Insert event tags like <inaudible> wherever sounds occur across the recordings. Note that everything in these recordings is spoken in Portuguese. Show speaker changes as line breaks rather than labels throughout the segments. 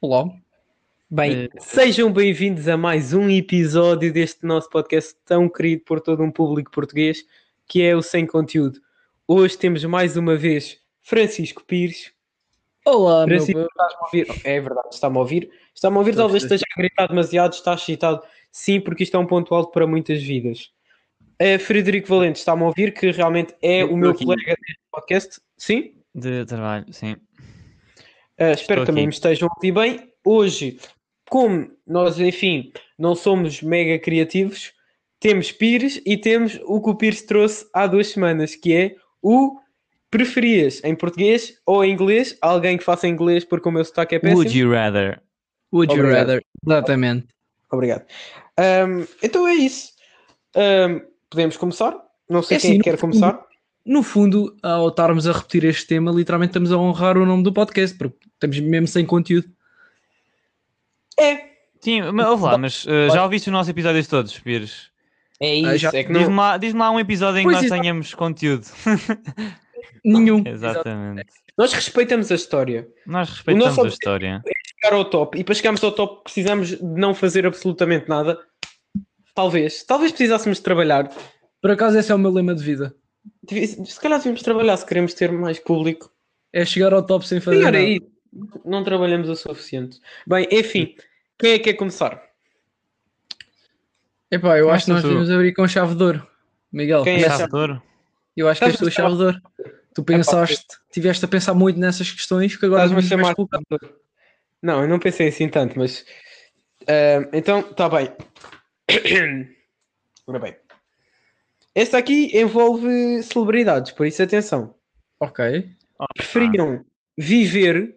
Olá. Eh,
Bem,
Eh,
sejam bem-vindos a mais um episódio deste nosso podcast tão querido por todo um público português, que é o Sem Conteúdo. Hoje temos mais uma vez Francisco Pires.
Olá, meu
Francisco, estás-me a ouvir? É verdade, está-me a ouvir. Está-me a ouvir, talvez esteja a gritar demasiado, está excitado. Sim, porque isto é um ponto alto para muitas vidas. Eh, Frederico Valente está-me a ouvir, que realmente é
Eu
o meu
aqui.
colega deste podcast. Sim?
De trabalho, sim.
Uh, espero que
aqui.
também me estejam a ouvir bem. Hoje, como nós, enfim, não somos mega criativos, temos Pires e temos o que o Pires trouxe há duas semanas, que é o preferias em português ou em inglês, alguém que faça em inglês, porque o meu sotaque é péssimo.
Would you rather?
Would you
Obrigado.
rather? Exatamente.
Obrigado. Ahm, então é isso. Ahm, podemos começar? Não sei
É
quem
assim,
é
no
que quer
fundo-
começar.
No fundo, ao estarmos a repetir este tema, literalmente estamos a honrar o nome do podcast, porque estamos mesmo sem conteúdo.
É.
Sim, mas ouve lá, mas eh, já ouviste os nossos episódios todos, Pires?
É
Ah,
isso.
já-
é que
Diz-me
não...
lá, diz-me lá um episódio em que
Pois,
nós
exato.
<laughs>
tenhamos conteúdo. <laughs>
<laughs> Nenhum.
Exatamente.
Nós respeitamos a história.
Nós respeitamos a
objetivo-
história.
chegar ao top e para chegarmos ao top precisamos de não fazer absolutamente nada. Talvez, talvez precisássemos de trabalhar.
Por acaso, esse é o meu lema de vida.
Devi- Se calhar devíamos trabalhar se queremos ter mais público.
É chegar ao top sem fazer
Sim,
nada.
era isso. Não trabalhamos o suficiente. Bem, enfim, quem é que quer começar?
Epá, eu acho que nós
Começa tu.
devemos abrir com chave de ouro. Miguel,
Quem é
começa.
essa-
Chave de ouro?
eu acho que és tu
Estás-me
a chave de ouro. Tu
pá,
pensaste, tiveste a pensar muito nessas questões que agora
Estás-me a
nos vais
chamar.
colocar.
Não, eu não pensei assim tanto, mas. ah, então, está bem. <coughs> Ora bem. Este aqui envolve celebridades, por isso atenção.
Ok.
preferiam viver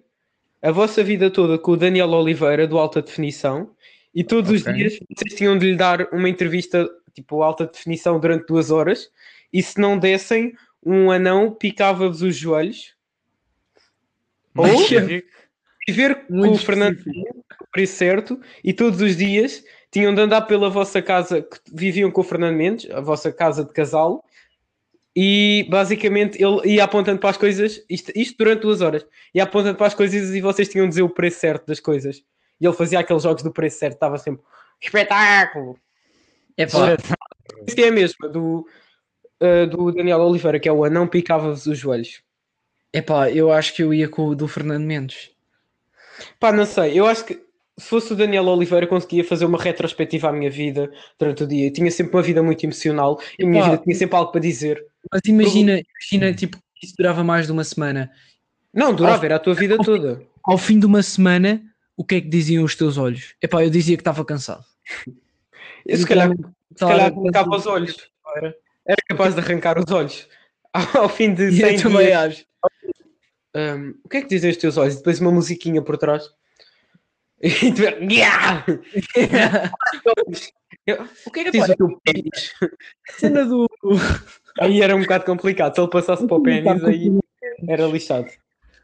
a vossa vida toda com o Daniel Oliveira do Alta Definição e todos os
Ok.
dias vocês tinham de lhe dar uma entrevista tipo Alta Definição durante duas horas e se não dessem, um anão picava-vos os joelhos. Ou
Muito
Mas-
específico.
viver com
Muito
o Fernando
específico.
por preço certo e todos os dias tinham de andar pela vossa casa que viviam com o Fernando Mendes, a vossa casa de casal, e basicamente ele ia apontando para as coisas, isto, isto durante duas horas, ia apontando para as coisas e vocês tinham de dizer o preço certo das coisas. E ele fazia aqueles jogos do preço certo, estava sempre espetáculo!
É
Isso é a mesma do, eh, do Daniel Oliveira, que é o anão picava-vos os joelhos.
Epá, eu acho que eu ia com o do Fernando Mendes.
Pá, não sei, eu acho que se fosse o Daniel Oliveira conseguia fazer uma retrospectiva à minha vida durante o dia. Eu tinha sempre uma vida muito emocional e a minha
Epá.
vida tinha sempre algo para dizer.
Mas imagina, imagina tipo, que isso durava mais de uma semana.
Não, durava, era a tua vida toda.
Ao fim de uma semana, o que é que diziam os teus olhos? Epá, eu dizia que estava cansado.
Eu, se calhar, se
Então,
calhar
estava-
arrancava os olhos. Era capaz de arrancar os olhos. <laughs> Ao fim de 100
Eu também
dias.
acho.
Hum, o que é que dizem os teus olhos? E depois uma musiquinha por trás. <laughs> E tu é, "Guiá!"
<laughs>
Eu, O que é que diz
Epá,
o teu pênis?
Cena do.
Aí era um bocado complicado. Se ele passasse para o pênis, aí era lixado.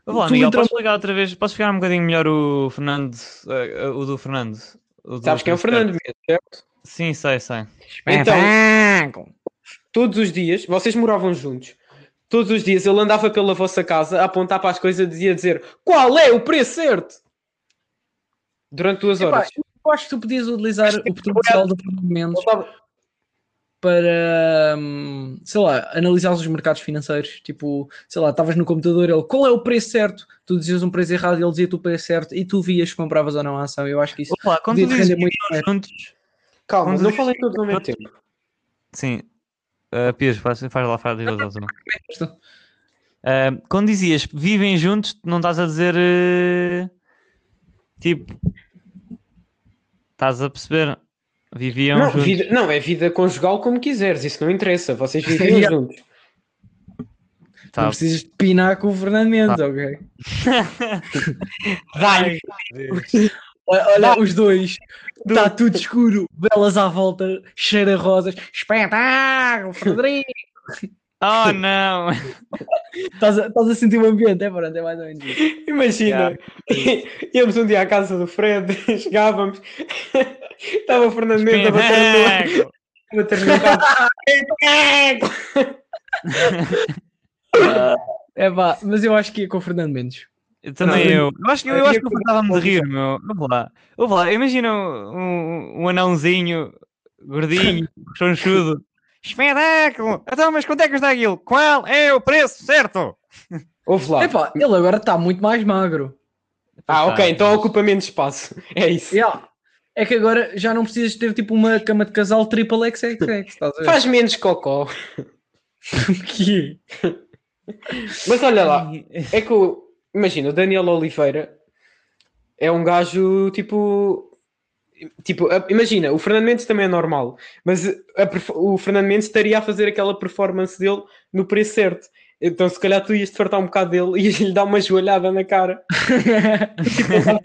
Ouve lá,
Tu
Miguel,
entra-
podes explicar outra vez? Posso explicar um bocadinho melhor o Fernando? eh, eh, o do Fernando? O do
Sabes quem é o Fernando mesmo, certo?
Sim, sei, sei.
<laughs>
É,
Então, todos os dias, vocês moravam juntos. Todos os dias ele andava pela vossa casa a apontar para as coisas e a dizer qual é o preço certo? Durante duas
Epá,
horas.
Eu acho que tu podias utilizar
é
o potencial do Fernando
Ele
Mendes
estava-
para, hum, sei lá, analisar os mercados financeiros. Tipo, sei lá, estavas no computador, ele, qual é o preço certo? Tu dizias um preço errado, ele dizia o preço certo e tu vias se compravas ou não a ação. Eu acho que isso
Ouve lá, quando
podia
tu
te
dizes
render muito dinheiro.
juntos...
Calma,
Quando
não
diz-
falei todos ao mesmo tempo.
Sim. Eh, Pires, faz, faz lá, faz lá. faz lá.
Isto.
Ah, quando dizias vivem juntos, não estás a dizer eh, tipo, estás a perceber? Viviam
Não,
juntos.
vida- não, é vida conjugal como quiseres, isso não interessa. Vocês
<laughs>
viviam
Yeah.
juntos.
Tá.
Não precisas de pinar com o Fernando Mendes, ok?
Dai,
Olha, olha, os dois. Está tudo escuro, velas à volta, cheira a rosas. Espetáculo, Frederico!
Oh não!
<laughs> Estás a, estás a sentir o ambiente, é pronto, é mais ou menos isso.
imagina. <laughs> Íamos um dia à casa do Fred, <laughs> chegávamos. Estava o Fernando Mendes a bater no a bater no
<laughs>
carro.
É pá, mas eu acho que ia com o é Fernando Mendes.
<laughs> Eu Também
Não,
eu. Eu acho que eu, eu acho que eu
havia
fartava-me de
coisas
rir, meu. Vamos lá. Vamos lá. Imagina um, um anãozinho gordinho, chonchudo. Espetáculo! Então, mas quanto é que está aquilo? Qual é o preço certo?
Ouve lá.
Epá, É ele agora está muito mais magro.
ah, ok,
Tá,
então
mas-
ocupa menos espaço. É isso.
Yeah. É que agora já não precisas ter tipo uma cama de casal triple XXX, <laughs> estás a ver?
Faz menos cocó.
que
Mas
<laughs>
olha lá, é que o. Imagina, o Daniel Oliveira é um gajo tipo. Tipo, a- imagina, o Fernando Mendes também é normal, mas a perf- o Fernando Mendes estaria a fazer aquela performance dele no preço certo. Então, se calhar, tu ias te fartar um bocado dele <laughs> e ias lhe dar uma joelhada na cara.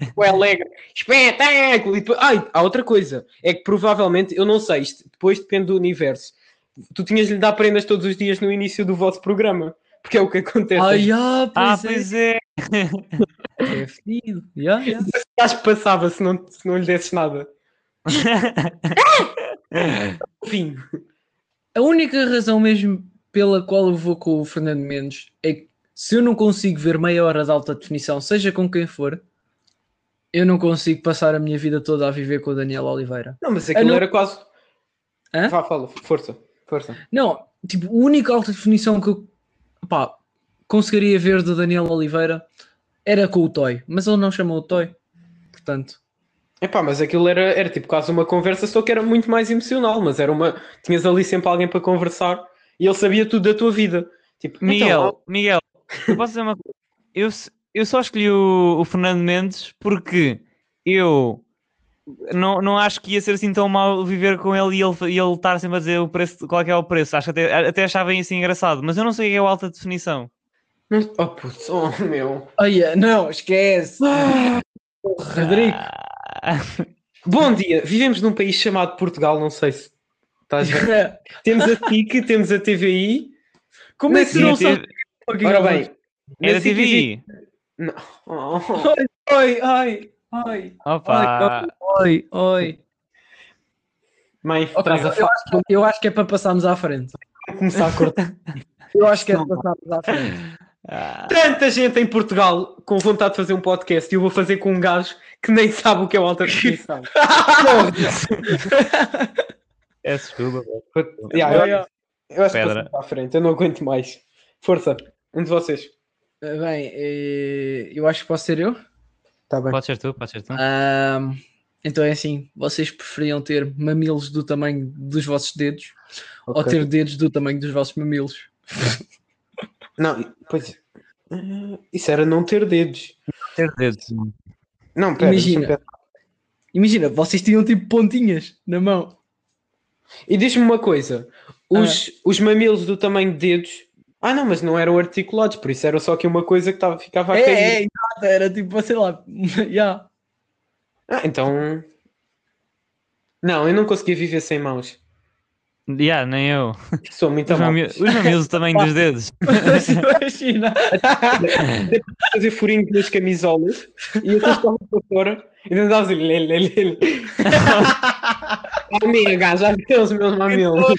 tipo, é alegre, espetáculo. E depois... Ai, há outra coisa, é que provavelmente, eu não sei, isto depois depende do universo. Tu tinhas de lhe dar prendas todos os dias no início do vosso programa, porque é o que acontece.
Ai, ah,
Ah,
pois
pois é.
é. É fedido. Yeah, yeah.
gajo passava se não, se não lhe desses nada. <laughs> Fim.
A única razão mesmo pela qual eu vou com o Fernando Mendes é que se eu não consigo ver meia hora de alta definição, seja com quem for, eu não consigo passar a minha vida toda a viver com o Daniel Oliveira.
Não, mas
Ah,
aquilo
não.
era quase.
Hã?
Vá, fala, força, força.
Não, tipo, a única alta definição que eu pá, conseguiria ver do Daniel Oliveira era com o Toy, mas ele não chamou o Toy. Portanto,
Epá, mas aquilo era, era tipo quase uma conversa, só que era muito mais emocional, mas era uma. Tinhas ali sempre alguém para conversar e ele sabia tudo da tua vida. Tipo,
Miguel,
então,
Miguel, eu posso dizer uma coisa? Eu, s- eu só escolhi o, o Fernando Mendes porque eu não, não acho que ia ser assim tão mal viver com ele e ele, fa- e ele estar sempre a dizer o preço, qual é que é o preço. Acho que até, até achava isso engraçado, mas eu não sei o que é o alta definição.
não- oh putz, oh meu.
olha, não, esquece. Ah! Rodrigo,
Ah,
Bom dia, vivemos num país chamado Portugal, não sei se estás <laughs> a ver. temos a TIC, temos a TVI. Como é que tu
Era
não sabes? <laughs>
TV
Ora bem,
era
na SIC existe-
TVI.
Oh.
<laughs> Oi, oi, oi,
Opa,
oi, oi.
Mãe,
Ok,
estás a
eu, acho que, eu acho que é para passarmos à frente.
começar a cortar.
Eu acho que é para passarmos à frente.
Ah,
<laughs> Tanta gente em Portugal com vontade de fazer um podcast e eu vou fazer com um gajo que nem sabe o que é o alta definição.
peço desculpa. pá.
<laughs> Yeah, eu, acho- eu acho
Pedra.
que passamos à frente, eu não aguento mais. Força, um de vocês.
Eh, Bem, eh, eu acho que posso ser eu.
Está bem.
Pode ser tu, pode ser tu.
Ahm, então é assim: vocês preferiam ter mamilos do tamanho dos vossos dedos ou ter dedos do tamanho dos vossos mamilos?
Não, pois. Ah, Isso era não ter dedos.
Ter dedos.
Não, pera,
Imagina.
deixa-me pensar.
Imagina, vocês tinham tipo pontinhas na mão.
E diz-me uma coisa: os, os mamilos do tamanho de dedos. Ah, não, mas não eram articulados, por isso era só que uma coisa que tava, ficava a
é,
cair.
é, exato, era tipo, sei lá, <laughs> yeah.
Ah, então. Não, eu não conseguia viver sem mãos.
Yeah, nem eu.
Sou muito
Os
mal.
mami- os mamilos do tamanho dos dedos.
Imagina.
<laughs> fazer furinho nas camisolas e eu estava para fora e não andava assim. Lê, lê, lê,
<laughs>
lê. Amiga, já viu os meus
Então,
mamilos.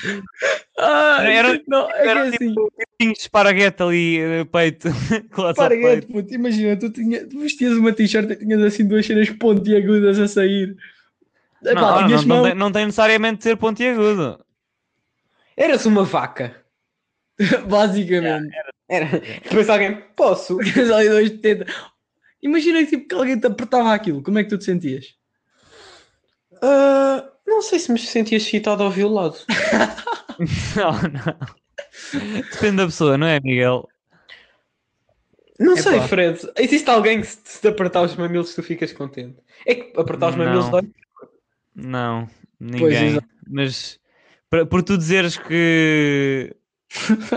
Ah,
Era-
não, é
era tipo
que é assim.
Tinha esparaguete ali, eh, peito. <laughs> Colados ao
Esparguete,
peito.
puto, imagina, tu, tinha, tu vestias uma t-shirt e tinhas assim duas cenas pontiagudas a sair. Epá,
Não, não,
tinhas
não
mão-
tem, não tem necessariamente de
<laughs>
ser pontiagudo.
Eras uma vaca.
basicamente.
Era. Depois alguém, posso?
Tinhas ali dois dedos. Imagina tipo, que alguém te apertava aquilo, como é que tu te sentias?
Ah, não sei se me sentia excitado ou violado.
Não, não. Depende da pessoa, não é, Miguel?
Não
Epá.
sei, Fred. Existe alguém que se, se te apertar os mamilos tu ficas contente. É que apertar os
Não.
mamilos dói.
Não,
Pois,
ninguém.
exato.
Mas por, por tu dizeres que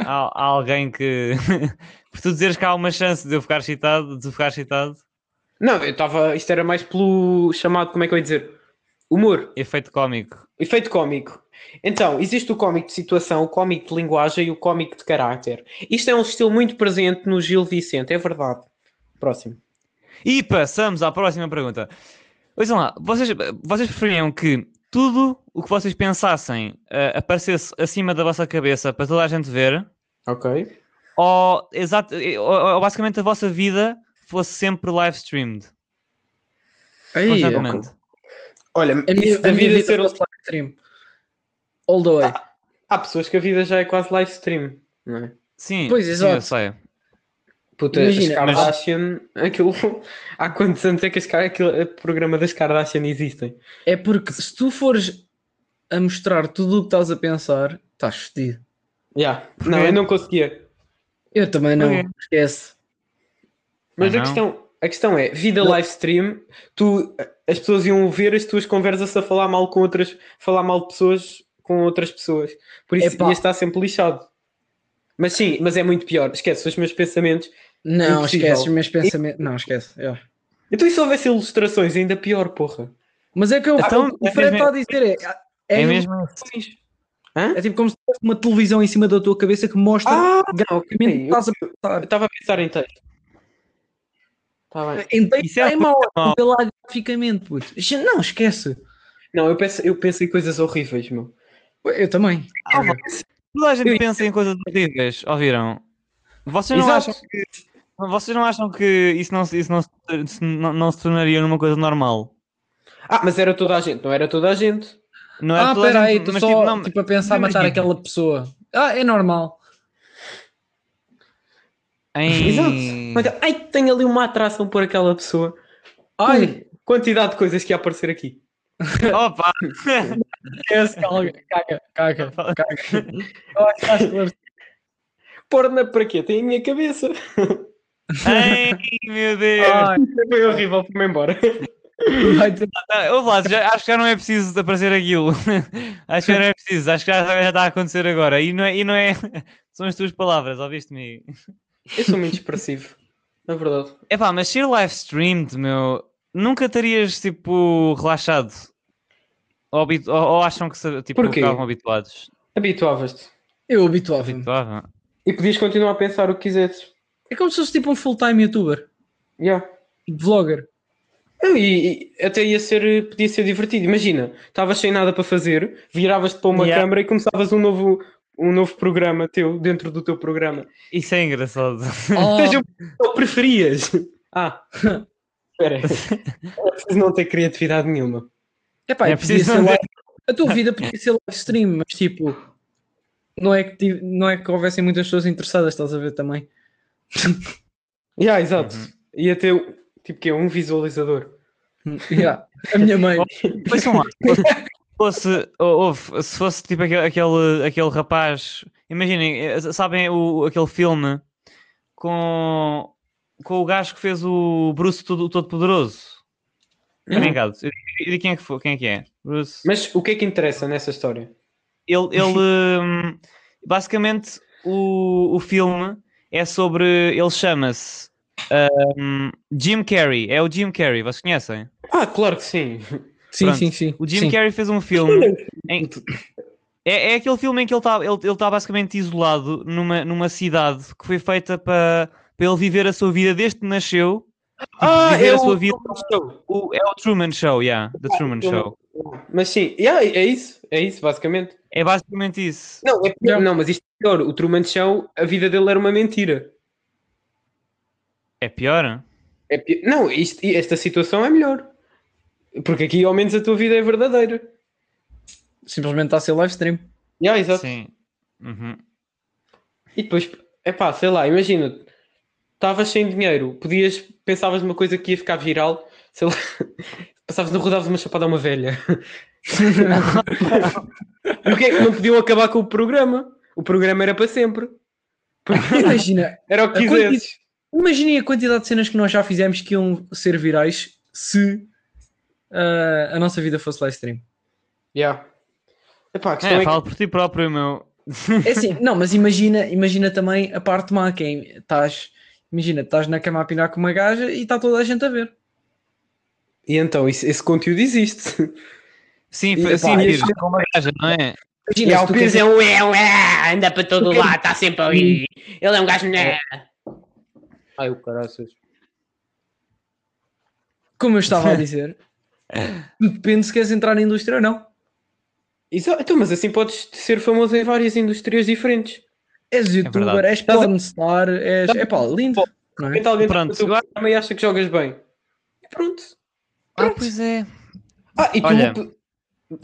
há, há alguém que. <laughs> por tu dizeres que há uma chance de eu ficar excitado, de tu ficar excitado,
Não, eu estava. Isto era mais pelo chamado, como é que eu ia dizer? Humor.
efeito cómico.
Efeito cómico. Então, existe o cómico de situação, o cómico de linguagem e o cómico de caráter. Isto é um estilo muito presente no Gil Vicente, é verdade. Próximo.
E passamos à próxima pergunta. Ouçam lá, vocês, vocês preferiam que tudo o que vocês pensassem eh, aparecesse acima da vossa cabeça para toda a gente ver?
Ok.
ou, exato, ou, ou basicamente a vossa vida fosse sempre live streamed.
Aí, é
Constantemente.
Olha,
a minha,
isso da
a minha
vida
vida
ser-
um
fosse live stream. All the way.
Há pessoas que a vida já é quase live stream, não é?
Sim,
Pois,
sim,
exato.
eu sei.
Puta,
Imagina,
as Kardashian, aquilo, <laughs> há quantos anos é que as, Kar- aquele programa das Kardashian existem?
É porque se tu fores a mostrar tudo o que estás a pensar, estás fedido.
Já, não, eu não conseguia.
Eu também não,
Ok.
esquece.
Mas a
Ah, não?
questão, a questão é, vida
Não.
live stream, tu, as pessoas iam ver as tuas conversas a falar mal com outras, falar mal de pessoas com outras pessoas. Por isso
Epá.
ia estar sempre lixado. Mas sim, mas é muito pior. Esquece os meus pensamentos.
Não,
Impossível.
esquece os meus pensamentos. Não, esquece. é.
Então e se houvesse ilustrações? Ainda pior, porra.
Mas é que eu,
Então,
o que o
é
Fred
mesmo-
está a dizer é. É,
É
um-
mesmo isso.
é tipo como se fosse uma televisão em cima da tua cabeça que mostra
Ah,
graficamente o que
ok.
estás a
Eu
pensar.
estava a pensar em texto. Tá bem.
Em
Isso é
time out,
mau.
vê lá graficamente, puto. Gente, Não, esquece.
Não, eu penso, eu penso em coisas horríveis, meu.
Eu também.
Toda a gente
Eu-
pensa em coisas horríveis, ouviram? Vocês não,
Exato.
acham, vocês não acham que isso não, se- isso não, se, isso não, não se tornaria numa coisa normal?
Ah, mas era toda a gente, não era toda a gente.
Não é
Ah,
toda a
peraí,
gente,
estou
mas,
só
tipo, não,
tipo, a pensar
mas
matar
imagina.
aquela pessoa. Ah, é normal. <laughs>
em-
Exato. Mas, ai, tenho ali uma atração por aquela pessoa. Ai, quantidade de coisas que ia aparecer aqui.
Opa! <laughs>
Esquece, caga, caga, caga, caga. Eu acho que estás esclarecido.
Porna é para quê? Tem a minha cabeça.
Ai, meu Deus!
Ai,
<laughs> Foi horrível, fui-me embora.
vai ter-
Não, Ah, ô, Vlad, já- acho que já não é preciso aparecer aquilo. <laughs> acho que já não é preciso, acho que já, já está a acontecer agora. E não é. E não é... <laughs> São as tuas palavras, ouviste-me?
Eu sou muito expressivo. Na verdade.
Epá, mas ser live streamed, meu, nunca estarias tipo relaxado. Ou, habitu- ou- ou acham que se- tipo,
Porquê?
ficavam habituados?
Habituavas-te.
Eu habituava-me.
Habituavam.
E podias continuar a pensar o que quiseres.
É como se fosse tipo um full-time youtuber, tipo
Yeah.
<laughs>
vlogger.
Não, E, e até ia ser, podia ser divertido. Imagina, estavas sem nada para fazer, viravas-te para uma
Yeah.
câmara e começavas um novo, um novo programa teu, dentro do teu programa.
Isso é engraçado.
Oh,
Seja
um-
o que tu preferias. <laughs> Ah, espera. É preciso não ter criatividade nenhuma.
epá,
é
podia
preciso
ser
não
live- A tua vida podia ser live stream, mas tipo, não é que, tive- não é que houvessem muitas pessoas interessadas, estás a ver também. <laughs>
Yeah, exato.
Uhum.
Ia ter, tipo, que é um visualizador.
Yeah, A minha mãe.
Pensam lá, se <laughs> fosse, ou- houve- se fosse tipo aquele, aquele, aquele rapaz, imaginem, eh, sabem o, aquele filme com, com o gajo que fez o Bruce todo, todo poderoso?
Uhum.
Obrigado. Eu digo- eu digo quem é que, foi, quem é, que é? Bruce.
Mas o que é que interessa nessa história?
Ele, ele, hum, basicamente o, o filme é sobre, ele chama-se hum, Jim Carrey, é o Jim Carrey, vocês conhecem?
Ah, claro que sim.
Sim,
Pronto.
sim, sim.
O Jim
sim.
Carrey fez um filme
<laughs>
em- É, é aquele filme em que ele está ele, ele tá basicamente isolado numa, numa cidade que foi feita para para ele viver a sua vida desde que nasceu. Tipo,
Ah,
viver
é
a sua
o
vida.
show.
O- é o Truman Show, yeah, The Truman
Truman.
Show.
Mas sim, yeah, é isso. É isso, basicamente.
É basicamente isso.
Não, é pior. não, mas isto é pior. O Truman Show, a vida dele era uma mentira.
É pior?
É pi- Não, isto- esta situação é melhor. Porque aqui ao menos a tua vida é verdadeira.
Simplesmente está a ser live stream.
Yeah, exato.
Sim. Uhum.
E depois, é pá, sei lá, imagina, estavas sem dinheiro, podias, pensavas numa coisa que ia ficar viral, sei lá, <laughs> passavas no rodavas uma chapada a uma <laughs> velha. e o que é que não podiam acabar com o programa? O programa era para sempre.
<laughs> Imagina,
Era o que
A quanti-
quisesses.
imaginem a quantidade de cenas que nós já fizemos que iam ser virais se ah, a nossa vida fosse live stream.
Yeah. Epá, a questão
É,
é,
fala por ti próprio, meu.
É assim, não, mas imagina, imagina também a parte má, que é, estás, imagina, estás na cama a pinar com uma gaja e está toda a gente a ver.
que... E então, isso- esse conteúdo existe.
Sim,
E,
fa-
epá,
sim,
e assim,
Pires,
este-
com uma gaja, não é?
Imagina, se tu queres-
um é, ué, anda para todo lado, está sempre
ali.
Ele é um gajo... Ai, o caraças.
como eu estava <laughs> a dizer, tudo depende se queres entrar na indústria ou não.
Exato, então, mas assim podes ser famoso em várias indústrias diferentes.
És youtuber,
verdade.
és pornstar, és, é pá, lindo. não
De repente
é?
alguém
Pronto,
pronto,
agora-
programa e acha que jogas bem. E pronto.
Ah, pois é.
Ah, e tu.
Olha.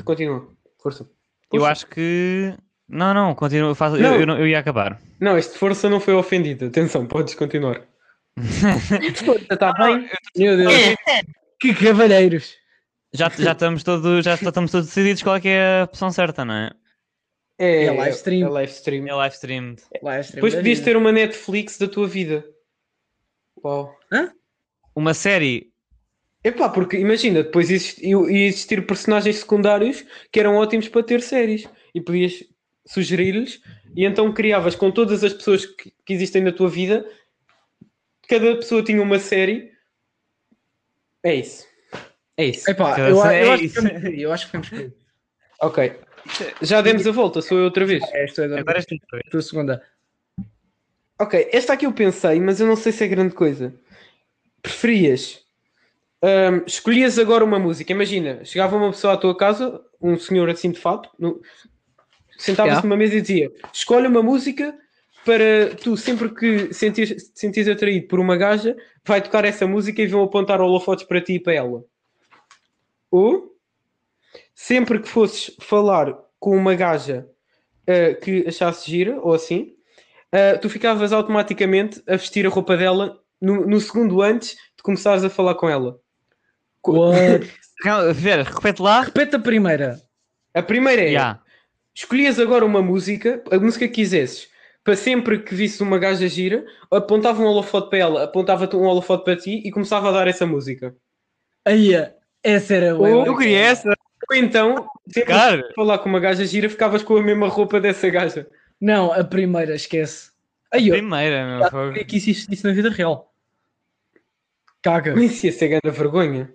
Continua. Força.
Eu
Força.
acho que. Não, não, continua. eu faço- eu-
Não.
Eu, não- eu ia acabar.
Não, este força não foi ofendido. Atenção, podes continuar. Está bem? Meu Deus.
É, Que cavalheiros!
Já, já, estamos todos, já estamos todos decididos qual é, que é a opção certa, não é?
É,
É live stream.
É live stream.
É live streamed.
Depois
é
podias ter uma Netflix da tua vida. Uau.
Uma série.
Epá, porque imagina, depois exist- iam- iam existir personagens secundários que eram ótimos para ter séries e podias sugerir-lhes e então criavas com todas as pessoas que, que existem na tua vida, cada pessoa tinha uma série. É isso. É isso.
Epá,
Cada
eu,
série
eu
é
acho que
isso.
ficamos por aí, eu acho que ficamos por aí.
Ok. Já demos a volta, sou eu outra vez.
É, Esta é a
Agora esta outra
tua segunda.
Ok, esta aqui eu pensei, mas eu não sei se é grande coisa. Preferias? ahm, escolhias agora uma música. Imagina, chegava uma pessoa à tua casa, um senhor assim de fato, no- sentava-se
Yeah.
numa mesa e dizia: Escolhe uma música para tu, sempre que sentias, te sentias atraído por uma gaja, vai tocar essa música e vão apontar holofotes para ti e para ela. Ou, sempre que fosses falar com uma gaja ah, que achasse gira, ou assim, Uh, tu ficavas automaticamente a vestir a roupa dela no, no segundo antes de começares a falar com ela. Co-
What?
vez. Ver, repete lá.
Repete a primeira.
A primeira é:
Já.
escolhias agora uma música, a música que quisesses, para sempre que visses uma gaja gira, apontava um holofote para ela, apontava-te um holofote para ti e começava a dar essa música.
Aí, essa era bué
Eu
bacana.
Eu queria essa,
Ou então, sempre que
cara.
fosse falar com uma gaja gira, ficavas com a mesma roupa dessa gaja.
Não, a primeira, esquece. Aí, eu
Primeira, meu fogo.
queria que existe isso na vida real. Caga.
Mas isso ia ser grande vergonha.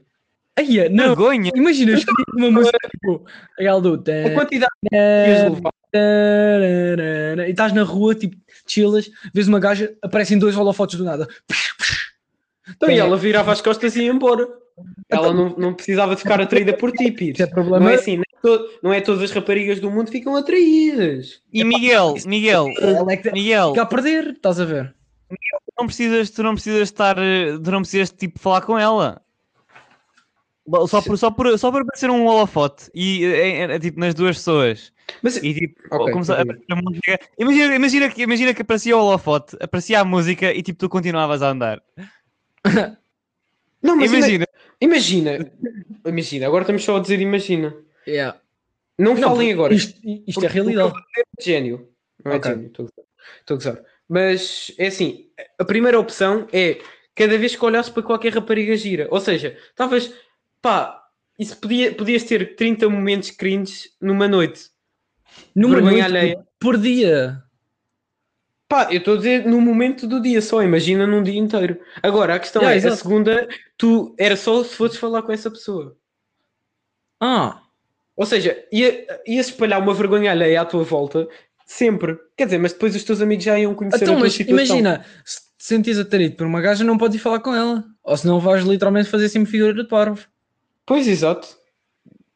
Aí, não.
Vergonha.
Imagina, eu escolhi uma música tipo Real do
A
tan,
quantidade que ias
tan,
levar.
tararara, e estás na rua, tipo, chilas, vês uma gaja, aparecem dois holofotes do nada.
Então, e ela virava as costas e ia embora. Ela não, não precisava de ficar atraída por ti, Pires.
Isso é problema.
Não é assim, não é, to- não é todas as raparigas do mundo ficam atraídas.
E Miguel, Miguel,
Ela é que
Miguel,
fica a perder, estás a ver?
não precisas, tu não precisas estar, eh, tu não precisas tipo falar com ela. Bo- Só por, só por, só por aparecer um holofote e eh, eh, eh, tipo nas duas pessoas.
Mas
E tipo,
Ok,
começar a
continua.
aparecer a música. Imagina, imagina, que, imagina que aparecia o holofote, aparecia a música e tipo tu continuavas a andar.
não, mas imagina.
Imagina,
imagina, imagina, agora estamos só a dizer imagina.
Yeah.
Não,
Não,
falem agora, isto
Isto, isto é realidade.
é de gênio. Não é de
Ok.
gênio, estou a gozar. estou a gozar. Mas é assim, a primeira opção é cada vez que olhasses para qualquer rapariga gira. Ou seja, estavas, pá, isso podia, podias ter 30 momentos cringe numa noite.
Número
Vergonha
muito
alheia.
por dia.
Pá, eu estou a dizer no momento do dia só, imagina num dia inteiro. Agora, a questão
Yeah,
é,
exato.
a segunda, tu era só se fosses falar com essa pessoa.
Ah,
Ou seja, ia, ia espalhar uma vergonha alheia à tua volta, sempre. Quer dizer, mas depois os teus amigos já iam conhecer a
então,
tua
mas
situação.
imagina, se te sentires atraído por uma gaja, não podes ir falar com ela. Ou senão vais literalmente fazer sempre figura de parvo.
Pois, exato.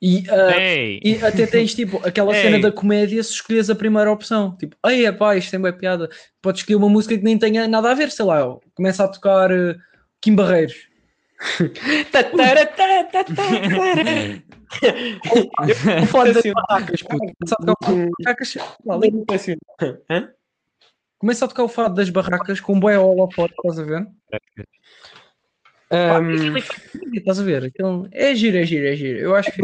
E ah,
ei,
E até tens tipo aquela
Ei.
cena da comédia se escolhes a primeira opção. Tipo, ei, pá, isto tem boa piada. Podes escolher uma música que nem tenha nada a ver, sei lá, ó, começa a tocar eh, Kim Barreiros.
<laughs>
Vou falar das barracas, puto. Começa a tocar
Uhum.
o fado das barracas. lá, ali.
Hã?
Começa a tocar o fado das barracas com um boé holofote, estás a ver?
Ahm, Uhum.
Estás a ver? Aquilo- É giro, é giro, é giro. Eu acho que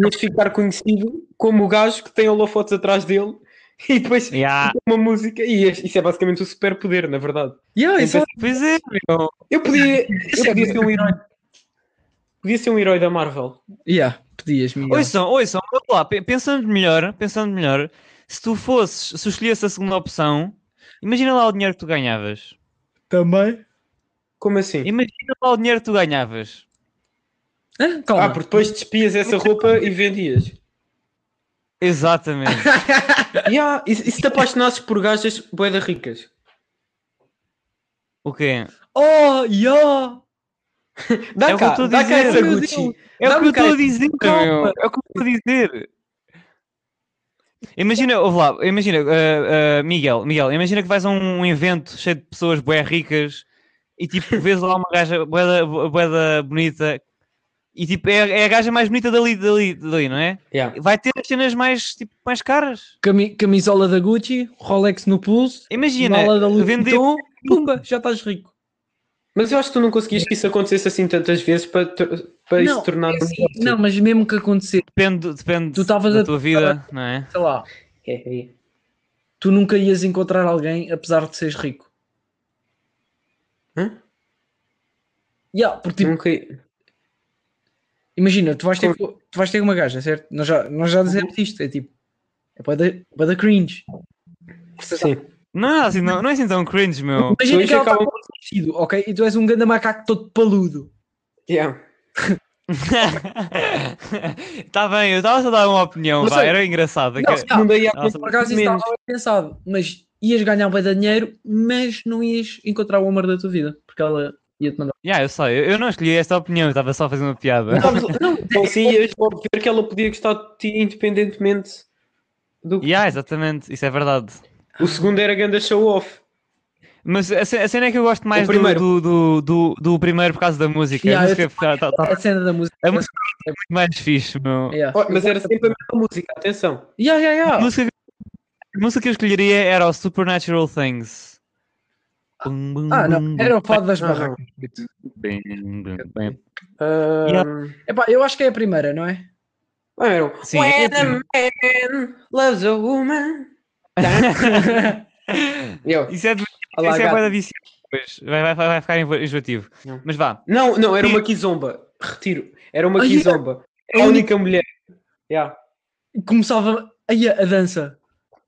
Ias ficar conhecido como o gajo que tem holofotes atrás dele <laughs> e depois
Ya,
uma música. E este- isso é basicamente o superpoder, na verdade. Então,
yeah, isso é-
pois é, meu.
Eu podia, eu podia ser um herói. Podia ser um herói da Marvel.
yeah, pedias, Miguel.
Ouçam, ouçam, vamos lá, pe- pensando melhor, pensando melhor, se tu fosses, se escolhesse a segunda opção, imagina lá o dinheiro que tu ganhavas.
Também.
Como assim?
Imagina lá o dinheiro que
<laughs>
tu ganhavas.
Ah, calma.
Ah, porque depois despias essa roupa e vendias.
Exatamente.
Ya, e, se- e se te apaixonasses por gajas boedas ricas?
O quê?
Oh, yeah!
<laughs> Dá
É o que eu
cá,
estou a
dá cá
dizer.
essa
Meu
Gucci.
Deus.
É o que
Dá-me
eu estou
cá
a dizer, meu. É o que eu estou a dizer. Imagina, eh, ouve lá, imagina, ah, ah, Miguel, Miguel, imagina que vais a um, um evento cheio de pessoas bué ricas e
<laughs>
tipo, vês lá uma gaja boeda, boeda bonita e tipo, é, é a gaja mais bonita dali, dali, dali, não é?
Yeah.
Vai ter as cenas mais, tipo, mais caras.
Cami- camisola da Gucci, Rolex no pulso,
Imagina,
mala da Louis
vender
Vuitton, pumba, já estás rico.
Mas eu acho que tu não conseguiste que isso acontecesse assim tantas vezes para, ter- para isso um
Não,
tornar.
é assim, não, mas mesmo que acontecer,
depende, depende
Tu estavas
da
a-
tua vida, não é?
sei lá,
É, é.
tu nunca ias encontrar alguém apesar de seres rico.
Hã? Hum.
Yeah, porque tipo,
Nunca-
imagina, tu vais, ter, co- tu vais ter uma gaja, certo? Nós já, nós já dissemos
Uhum.
isto, é tipo, é para da cringe.
Sim.
Não é assim, não, não é assim tão cringe, meu.
Imagina
Hoje
que ela está
acaba-
com um vestido, ok? E tu és um ganda macaco todo paludo.
Yeah.
<laughs> tá bem, eu estava só a dar uma opinião,
Não
vá,
sei.
era engraçado.
Não,
que-
sim,
Não daí a
Nossa,
Por acaso isso
menos.
estava bem pensado, mas ias ganhar bem de dinheiro, mas não ias encontrar o amor da tua vida, porque ela ia-te mandar.
Yeah, eu sei, eu, eu não escolhi esta opinião, eu estava só a fazer uma piada.
Sabes, não, então sim, ias logo ver que ela podia gostar de ti independentemente do que.
Yeah, exatamente, isso é verdade.
O segundo era ganda show off.
Mas a, ce- a cena é que eu gosto mais do
primeiro.
do, do, do- do primeiro por causa da música.
Yeah,
a
eu
música tá- tá- tá
A cena da música.
A música- muito mais fixe, meu.
Yeah.
Oh, mas
tá
era sempre a mesma música, atenção.
Yeah, yeah,
A,
yeah.
música, a música que eu escolheria era o Supernatural Things. Bum, bum,
Ah, não,
bum,
era o fado das
Não, não.
barracas.
bum, bum, bum,
<laughs>
bum.
Ah,
Epá, eu acho que é a primeira, não é?
não era um,
Sim,
When
é
a man loves a woman. Eu,
Isso é de
olá,
Isso é
gato.
bué da viciante, pois. Vai, vai, vai, vai ficar enjo- enjoativo.
Não.
Mas vá.
Não, não, era uma quizomba. Retiro. Era uma
Ah,
é.
yeah.
quizomba. A única mulher. Yeah.
Começava aí a, a dança.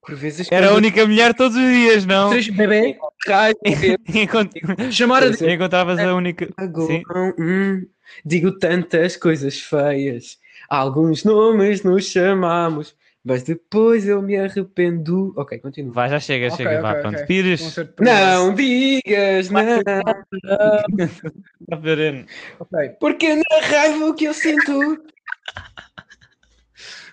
Por vezes.
Era a única mulher todos os dias, não?
Três bebê,
Cai,
<laughs> Encont-
chamar a
Pois é.
Encontravas a única. Sim.
Hum, digo tantas coisas feias. Alguns nomes nos chamamos. Mas depois eu me arrependo. Ok, continua.
Vá, já chega,
Ok,
chega. vá,
ok,
pronto.
ok.
Pires.
um concerto de princesa.
Não digas, não.
tá perene.
Ok.
Porque na raiva que eu sinto.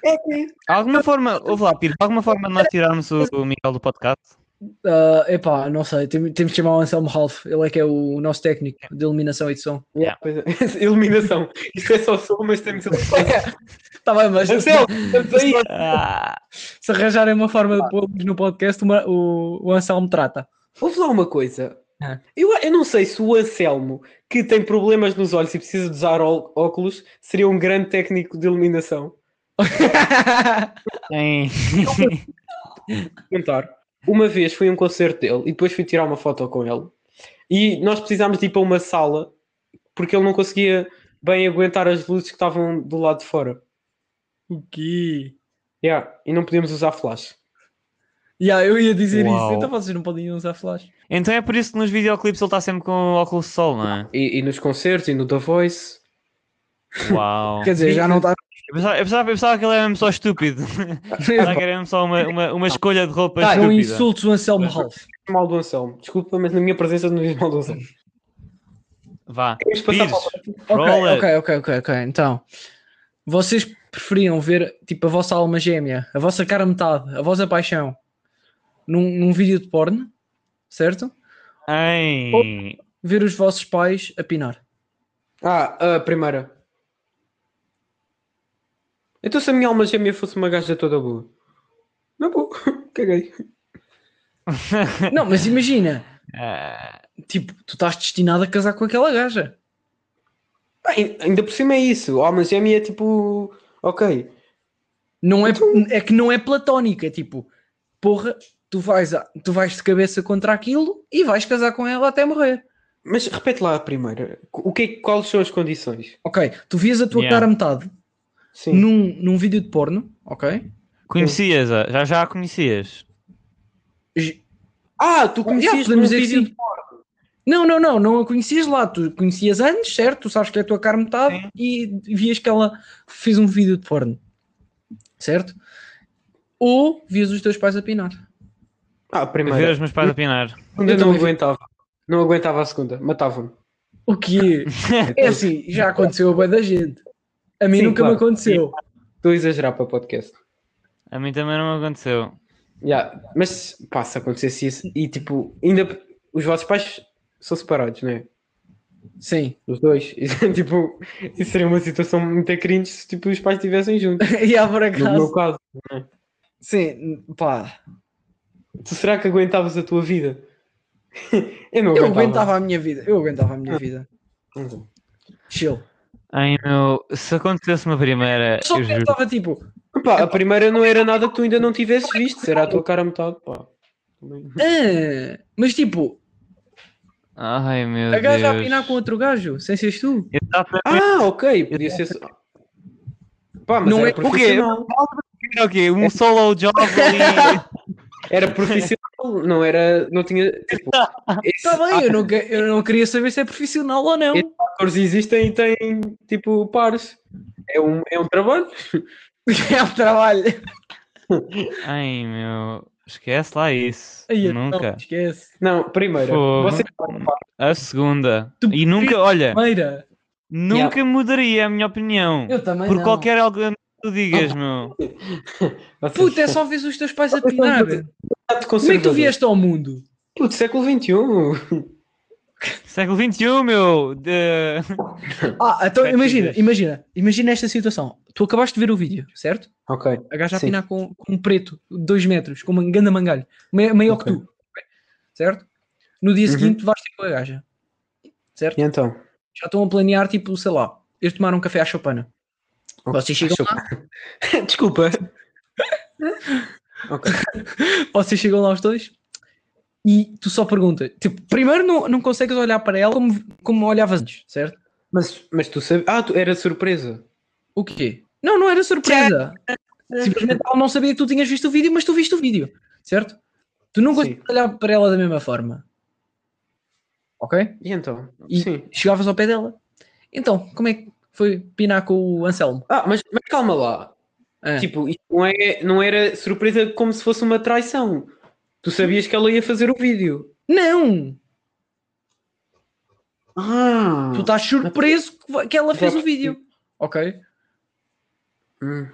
É que.
Alguma forma. Ouve lá, Pires. Alguma forma de nós tirarmos o o Miguel do podcast?
Ah, epá, não sei, tem- temos de chamar o Anselmo Ralph, ele é que é o nosso técnico de iluminação e de som.
Yeah.
Pois é. <laughs> Iluminação. Isto é só som, <laughs> mas temos.
Está Tá bem, mas
Marcelo, estamos aí.
Ah,
se arranjarem uma forma de pôrmos no podcast, o, Ma- o, o Anselmo trata.
Ouve lá uma coisa.
Ah.
Eu, eu não sei se o Anselmo, que tem problemas nos olhos e precisa de usar ó- óculos, seria um grande técnico de iluminação.
tem.
contar. Uma vez fui a um concerto dele e depois fui tirar uma foto com ele. E nós precisámos de ir para uma sala porque ele não conseguia bem aguentar as luzes que estavam do lado de fora.
O quê?
Yeah, e não podíamos usar flash.
Yeah, eu ia dizer
Uau.
isso, então vocês não podem usar flash.
<laughs> Então é por isso que nos videoclipes ele está sempre com o óculos de sol, não é?
E, e nos concertos e no The Voice. <laughs>
Uau.
Quer dizer, já não tá- está.
Eu pensava, eu pensava- eu pensava que ele era mesmo só estúpido. Pensava que era mesmo só uma, uma, uma escolha de roupa
Tá,
Não
estúpida.
insultes o Anselmo Ralph.
Mal do Anselmo. Desculpa, mas na minha presença não diz mal do
Hum.
Anselmo.
Vá.
Vamos passar
Pires.
para o
Ok,
rola.
ok, ok, ok, ok. Então, vocês preferiam ver tipo a vossa alma gêmea, a vossa cara metade, a vossa paixão num, num vídeo de porno, certo?
Ai.
Ver os vossos pais a pinar.
Ah, a primeira. Então se a minha alma gêmea fosse uma gaja toda boa. Não vou. <laughs> Caguei.
Não, mas imagina,
Ah,
tipo, tu estás destinado a casar com aquela gaja.
Bem, ainda por cima é isso. Alma gêmea é tipo. Ok.
Não é, é que não é platónico, é tipo, porra, tu vais, a- tu vais de cabeça contra aquilo e vais casar com ela até morrer.
Mas repete lá a primeira. O que é, que- quais são as condições?
Ok, tu vias a tua
Yeah.
cara metade
Sim.
num, num vídeo de porno, ok?
Conhecias, ah, já, já a conhecias.
J-
Ah, tu
Yeah,
conhecias
podemos
um
dizer
vídeo.
assim. Não, não, não, não a conhecias lá, tu conhecias antes, certo? Tu sabes que é a tua cara metade
Sim.
e vias que ela fez um vídeo de porno, certo? Ou vias os teus pais a pinar.
Ah, a
Ver
primeira.
os meus pais apinar.
A segunda
Eu
não
também vi.
aguentava. Não aguentava a segunda. Matava-me.
O
<laughs>
que é assim, já aconteceu a boa da gente. A mim
Sim,
nunca
claro.
me aconteceu.
Estou a exagerar para o podcast.
A mim também não aconteceu.
Yeah. Mas pá, se acontecesse isso. E tipo, ainda. Os vossos pais são separados, não é?
Sim. <laughs>
Os dois. <laughs> tipo, isso seria uma situação muito cringe se tipo, os pais estivessem juntos.
e há por
No
acaso.
meu caso.
Sim, pá.
Tu será que aguentavas a tua vida? <laughs> Eu não
Eu
aguentava. Então,
aguentava
é?
a minha vida. Eu aguentava a
Ah.
minha vida. Chill.
Ai meu, se acontecesse uma primeira,
Só
eu
que
juro.
eu estava tipo.
Pá, a primeira não era nada que tu ainda não tivesses visto. Será a tua cara metade, pá.
"Ah", mas tipo,
Ai meu
a gaja a
Deus.
pinar com outro gajo, sem seres tu.
Exatamente.
Ah, ok. Podia ser. só- Pá, mas
Não
era
é- o quê?
profissional.
Era o quê? Um
<laughs>
solo job ali.
Era profissional, não era. Não tinha.
<laughs>
Tipo, esses
Está Tá bem, eu não, que- eu não queria saber se é profissional ou não.
Esse- atores existem e têm, tipo, pares. É um, é um trabalho.
<laughs> É um trabalho.
Ai meu, esquece lá isso.
Aí, então,
nunca.
esquece.
Não, primeiro.
Fogo.
Você
A segunda.
Tu
E nunca, olha,
Meira,
nunca mudaria a minha opinião.
eu também
Por
não.
qualquer algo que tu digas, meu.
vocês
Puta, é só vês os teus pais a pinar. Como
são de
é que tu
conservador.
vieste ao mundo?
Puto, século um? XXI.
Século XXI, meu. De...
Ah, então
Sete
imagina,
dias.
imagina, imagina esta situação. Tu acabaste de ver o vídeo, certo?
Ok.
A gaja a
Sim.
pinar com, com um preto, 2 metros, com uma ganda mangalho, mai- maior
Ok.
que tu, certo? No dia
Uhum.
seguinte vais ter com a gaja, certo?
E então?
Já estão a planear, tipo, sei lá, eles tomaram um café à chopana. Vocês chegam, lá,
<laughs> Desculpa. ok.
vocês chegam lá os dois e tu só perguntas. Tipo, primeiro não, não consegues olhar para ela como, como olhavas antes, certo?
Mas, mas tu sabes. Ah, tu era surpresa.
O quê? Não, não era surpresa. Simplesmente ela não sabia que tu tinhas visto o vídeo, mas tu viste o vídeo, certo? Tu não
Sim.
consegues olhar para ela da mesma forma. Ok?
E então?
E
Sim.
chegavas ao pé dela. Então, como é que foi pinar com o Anselmo?
Ah, mas, mas calma lá.
Ah,
Tipo, isto não, é, não era surpresa como se fosse uma traição. Tu sabias que ela ia fazer o vídeo.
não!
Ah!
Tu estás surpreso que va- que ela
Já
fez o
percebi.
vídeo. Ok?
Hum.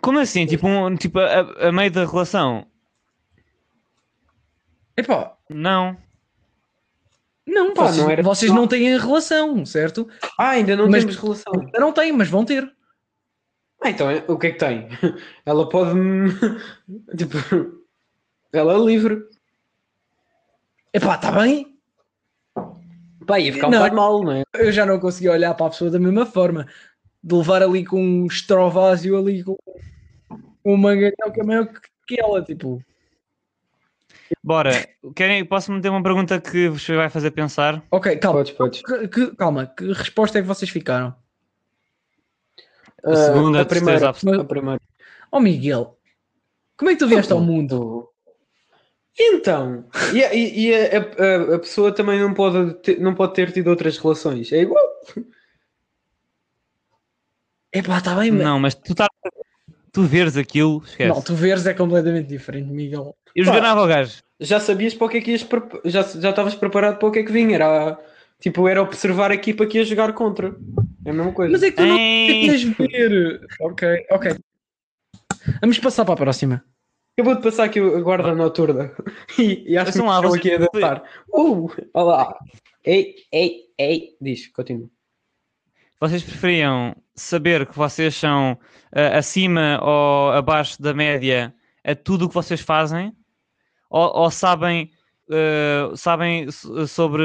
Como assim? Tipo, um, tipo a- a, a meio da relação?
Epá,
Não.
não,
Pá,
vocês,
não era-
vocês não têm a relação, certo?
Ah, ainda não
Mas-
temos relação.
Ainda Não têm, mas vão ter.
Ah, então é- o que é que tem? Ela pode. <laughs> me- tipo. Ela é livre.
Epá, está bem?
Pá, ia ficar um
Não.
bocado mal, não é?
Eu já não consegui olhar para a pessoa da mesma forma. De levar ali com um estrovásio ali com um mangalhão que é maior que- que ela, tipo.
Bora, querem, posso meter uma pergunta que vos vai fazer pensar?
Ok, calma.
Podes, podes.
Que- que- calma, que resposta é que vocês ficaram?
A segunda,
Ah,
é
a
de certeza
primeira.
absoluta.
A primeira.
Oh Miguel, como é que tu vieste ao mundo?
Então, e, a- e- e a, a- a pessoa também não pode, ter, não pode ter tido outras relações. É igual.
Epá, está bem, mas...
Não, mas tu estás. Tu veres aquilo, esquece.
Não, tu veres é completamente diferente, Miguel.
Eu
Pá.
esganava o gajo.
Já sabias para o que é que ias. prep- Já já estavas preparado para o que é que vinha. Era tipo, era observar a equipa que ia jogar contra. É a mesma coisa.
Mas é que tu não
Ei.
querias ver. Ok, ok. Vamos passar para a próxima.
Acabou de passar aqui a guarda noturna <laughs> e, e acho que
Ouçam lá,
estão aqui
vocês-
a dançar. Uh, olá. Ei, ei, ei. Diz, continua.
Vocês preferiam saber que vocês são ah, acima ou abaixo da média a tudo o que vocês fazem? Ou, ou sabem, ah, sabem so- sobre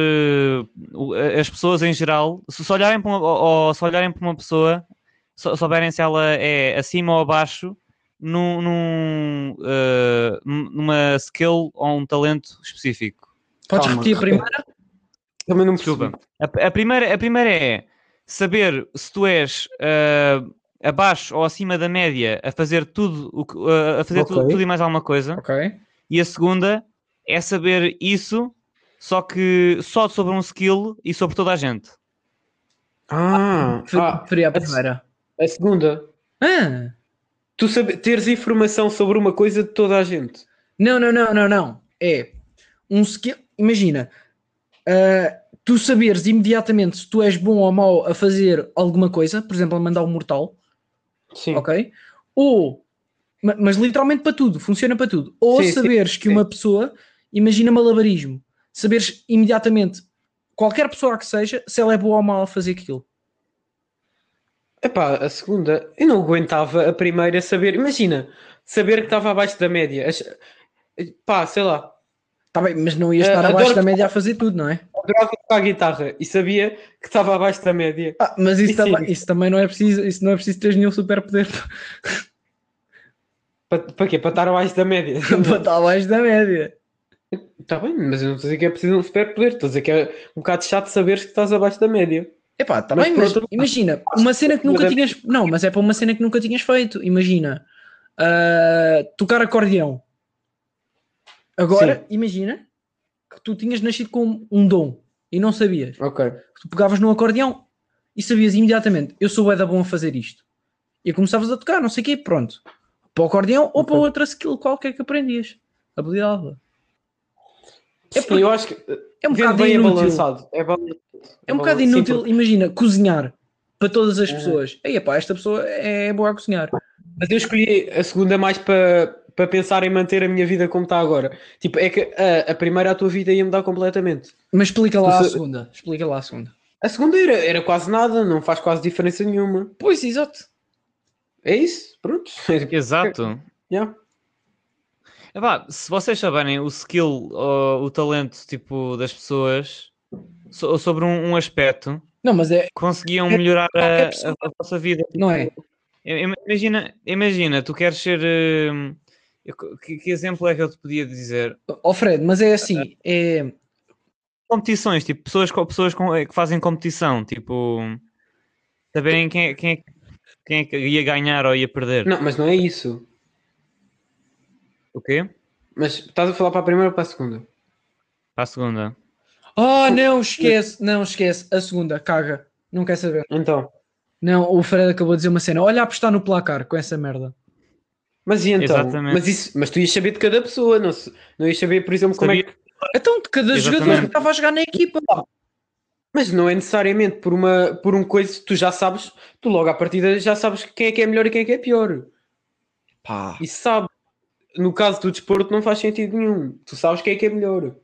o- a- as pessoas em geral? Se só olharem para uma, ou, ou se olharem para uma pessoa, só souberem se ela é acima ou abaixo num, num, ah, num- numa skill ou um talento específico.
Podes
Calma,
repetir a
repete.
primeira?
Também não percebi.
Desculpa. A, a primeira, a primeira é saber se tu és ah, abaixo ou acima da média a fazer tudo o que- ah, a fazer
Ok.
tudo, tudo e mais alguma coisa.
Ok.
E a segunda é saber isso, só que só sobre um skill e sobre toda a gente.
Ah, ah,
Referi à
a-
primeira.
a segunda.
Ah,
Tu sabe, teres informação sobre uma coisa de toda a gente.
não, não, não, não, não. É um skill. Imagina, ah, tu saberes imediatamente se tu és bom ou mau a fazer alguma coisa, por exemplo, a mandar um mortal.
Sim.
ok? Ou, ma- mas literalmente para tudo, funciona para tudo. Ou
Sim, sim,
saberes que
sim.
uma pessoa, imagina malabarismo, saberes imediatamente, qualquer pessoa que seja, se ela é boa ou mal a fazer aquilo.
Epá, a segunda, eu não aguentava a primeira saber. Imagina, saber que estava abaixo da média. Ach- Pá, sei lá.
Tá bem, mas não ias
Eh,
estar abaixo
adoro-
da média a fazer tudo, não é?
Adorava tocar guitarra e sabia que estava abaixo da média.
Ah, mas isso,
Sim,
também-
sim.
isso também não é preciso, isso não é preciso ter nenhum superpoder <laughs>
Para para quê? Para estar abaixo da <laughs> média.
para estar abaixo da média.
Está Tá bem, mas eu não estou a dizer que é preciso um superpoder. Estou a dizer que é um bocado chato saberes que estás abaixo da média.
Epá, tá bem,
Mas por
mas
outro-
imagina, uma cena que nunca
Mas é-
tinhas. Não, mas é para uma cena que nunca tinhas feito. Imagina ah, tocar acordeão. Agora, imagina que tu tinhas nascido com um dom e não sabias.
Ok.
Tu pegavas num acordeão e sabias imediatamente, eu sou da bom a fazer isto. E começavas a tocar, não sei o quê, pronto. Para o acordeão ou para
Ok.
outra skill qualquer que aprendias. Habilidade. É
É
porque-
eu acho que
É um
vendo
bocado
bem é
inútil.
balançado. É, balançado.
É um bocado
Sim,
inútil,
porque-
imagina, cozinhar para todas as
Uhum.
pessoas. Ei, epá, esta pessoa é boa a cozinhar.
Mas eu escolhi a segunda é mais para para pensar em manter a minha vida como está agora. Tipo, é que a, a primeira a tua vida ia mudar completamente.
Mas explica lá
Tu
a
sa-
segunda. Explica lá a segunda.
A segunda era, era quase nada, não faz quase diferença nenhuma.
Pois, exato.
É isso, pronto. <laughs> É tipo,
Exato.
Yeah.
Epá, se vocês saberem o skill ou o talento tipo, das pessoas so- sobre um, um aspecto,
Não, mas é,
conseguiam
É,
melhorar
qualquer
a,
pessoa.
a- a vossa vida.
não é?
Im- Imagina, imagina tu queres ser. hum, eu co- que, que exemplo é que eu te podia dizer?
Ó Fred, mas é assim, é,
Competições, tipo, pessoas, co- pessoas com- que fazem competição, tipo, saberem quem, é- quem, é que- quem é que ia ganhar ou ia perder.
Não, mas não é isso.
O quê?
Mas estás a falar para a primeira ou para a segunda?
Para a segunda.
Oh, não, esquece, não, esquece. A segunda, caga. Não quer saber.
Então.
Não, o Fred acabou de dizer uma cena. Olha a apostar no placar com essa merda.
Mas e então?
Exatamente.
Mas, isso, mas tu ias saber de cada pessoa, não, se- não ias saber, por exemplo, como é
Sabia-
que.
Então, de cada jogador
Exatamente.
que estava a jogar na equipa.
Mas não é necessariamente por uma por um coisa, tu já sabes, tu logo à partida já sabes quem é que é melhor e quem é que é pior.
Pá.
E sabe, no caso do desporto não faz sentido nenhum. Tu sabes quem é que é melhor.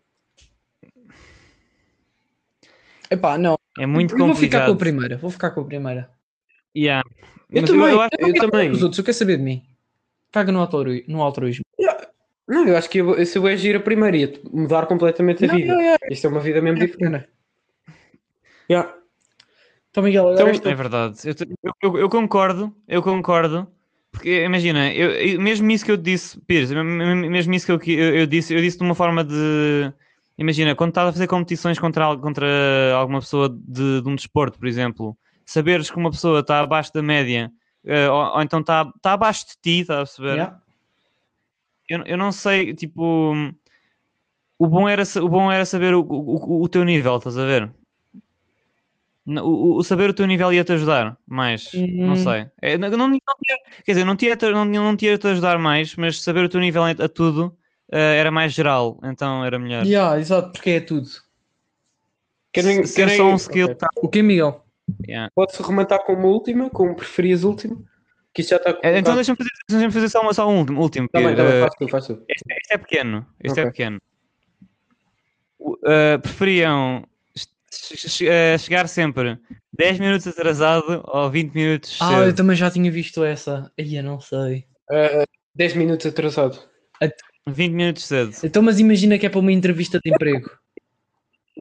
Epá, não.
É muito
eu vou ficar com
complicado.
a primeira. Vou ficar com a primeira.
Yeah.
Eu
Mas
também,
eu
eu,
acho-
também.
Os outros, eu quero saber de mim. Caga no, altru... no altruísmo.
Não, eu acho que eu, vou- se eu agir a primeira ia mudar completamente a
Não,
vida.
não, é,
Isto é uma vida mesmo diferente.
é.
Yeah.
Então, Miguel, agora
Então,
és tu.
É verdade. Eu, te- eu- eu- eu concordo, eu concordo. Porque imagina, eu- eu- mesmo isso que eu te disse, Pires, me- me- mesmo isso que eu, que- eu- eu disse, eu disse de uma forma de. Imagina, quando estás a fazer competições contra, al- contra alguma pessoa de, de um desporto, por exemplo, saberes que uma pessoa está abaixo da média, eh, ou, ou então está, está abaixo de ti, estás a perceber?
Yeah.
Eu, eu não sei, tipo. O bom era, sa- o bom era saber o, o, o- o teu nível, estás a ver? Não, O, o- o saber o teu nível ia te ajudar mais,
Hum.
Uhum.
não sei. É, não, não- não tinha- quer dizer, não tinha, não, não tinha te ajudar mais, mas saber o teu nível a tudo eh, era mais geral, então era melhor.
Yeah, exato, porque é tudo.
Querem,
Ser
querem-
só um skill.
Ok.
tá-
O que, Miguel?
yeah.
Posso rematar com uma última, com um preferias última? Que isto já está
Eh, Então
colocado.
deixa-me fazer, deixa fazer só, uma, só um último. último
Tá bem,
Pedro.
tá bem,
Eh,
faz tu, faz tu.
Este é pequeno. Este é
Ok.
pequeno. O- eh, preferiam che- che- eh, chegar sempre 10 minutos atrasado ou 20 minutos
Ah, eu
cedo?
também já tinha visto essa. Aí eu não sei.
Ah, ah, 10 minutos atrasado.
20 minutos cedo.
Então, mas imagina que é para uma entrevista de emprego.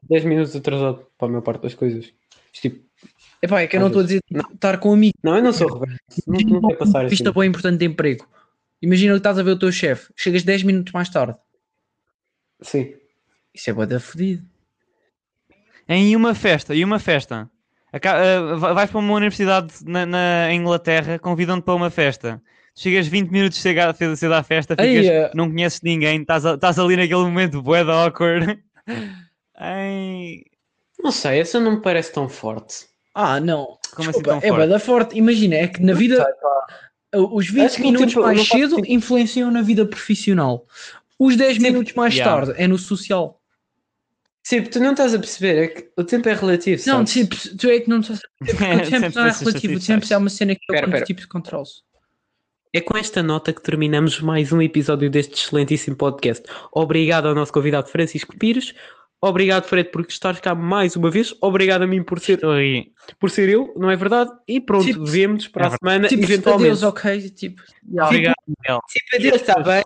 10 minutos atrasado para a maior parte das coisas. Isto, tipo,
Epá, é que eu não
Ah,
Às
estou a dizer estar com um amigos.
É
não, eu não sou rebelde. Não, não quero passar assim.
Entrevista bem é importante de emprego. Imagina que estás a ver o teu chefe. Chegas 10 minutos mais tarde.
Sim.
Isso é boa da fodido.
Em uma festa, em uma festa. Aca- eh, va- vais para uma universidade na, na Inglaterra, convidam-te para uma festa. Chegas 20 minutos cedo à, cedo à festa,
Ai,
ficas-
eh.
não conheces ninguém, estás, a- estás ali naquele momento bué de awkward.
<laughs>
Ai,
Não sei, essa não me parece tão forte.
Ah, não.
Como assim
Desculpa,
tão
é
forte?
bué da forte. Imagina, é que na vida. Os 20
Acho que não
minutos
tem-
mais
não faz
cedo influenciam na vida profissional. Os 10 minutos mais
Yeah.
tarde é no social.
Sim, Tipo, tu não estás a perceber, é que o tempo é relativo.
Não,
sabes?
tipo, tu é que não
<laughs>
estás a- tipo, O tempo
Sempre
não é
essas
relativo, o tempo
estatísticas.
é uma cena que eu
Pera,
conto
pera.
tipo de controle.
É com esta nota que terminamos mais um episódio deste excelentíssimo podcast. Obrigado ao nosso convidado Francisco Pires. Obrigado, Fred, por estar cá mais uma vez. Obrigado a mim por ser,
Estou aí.
por ser eu, não é verdade? E pronto,
Tipo,
vemos para
é
a semana,
Tipo,
eventualmente.
adeus, ok? Tipo,
Obrigado.
Tipo, adeus, está bem?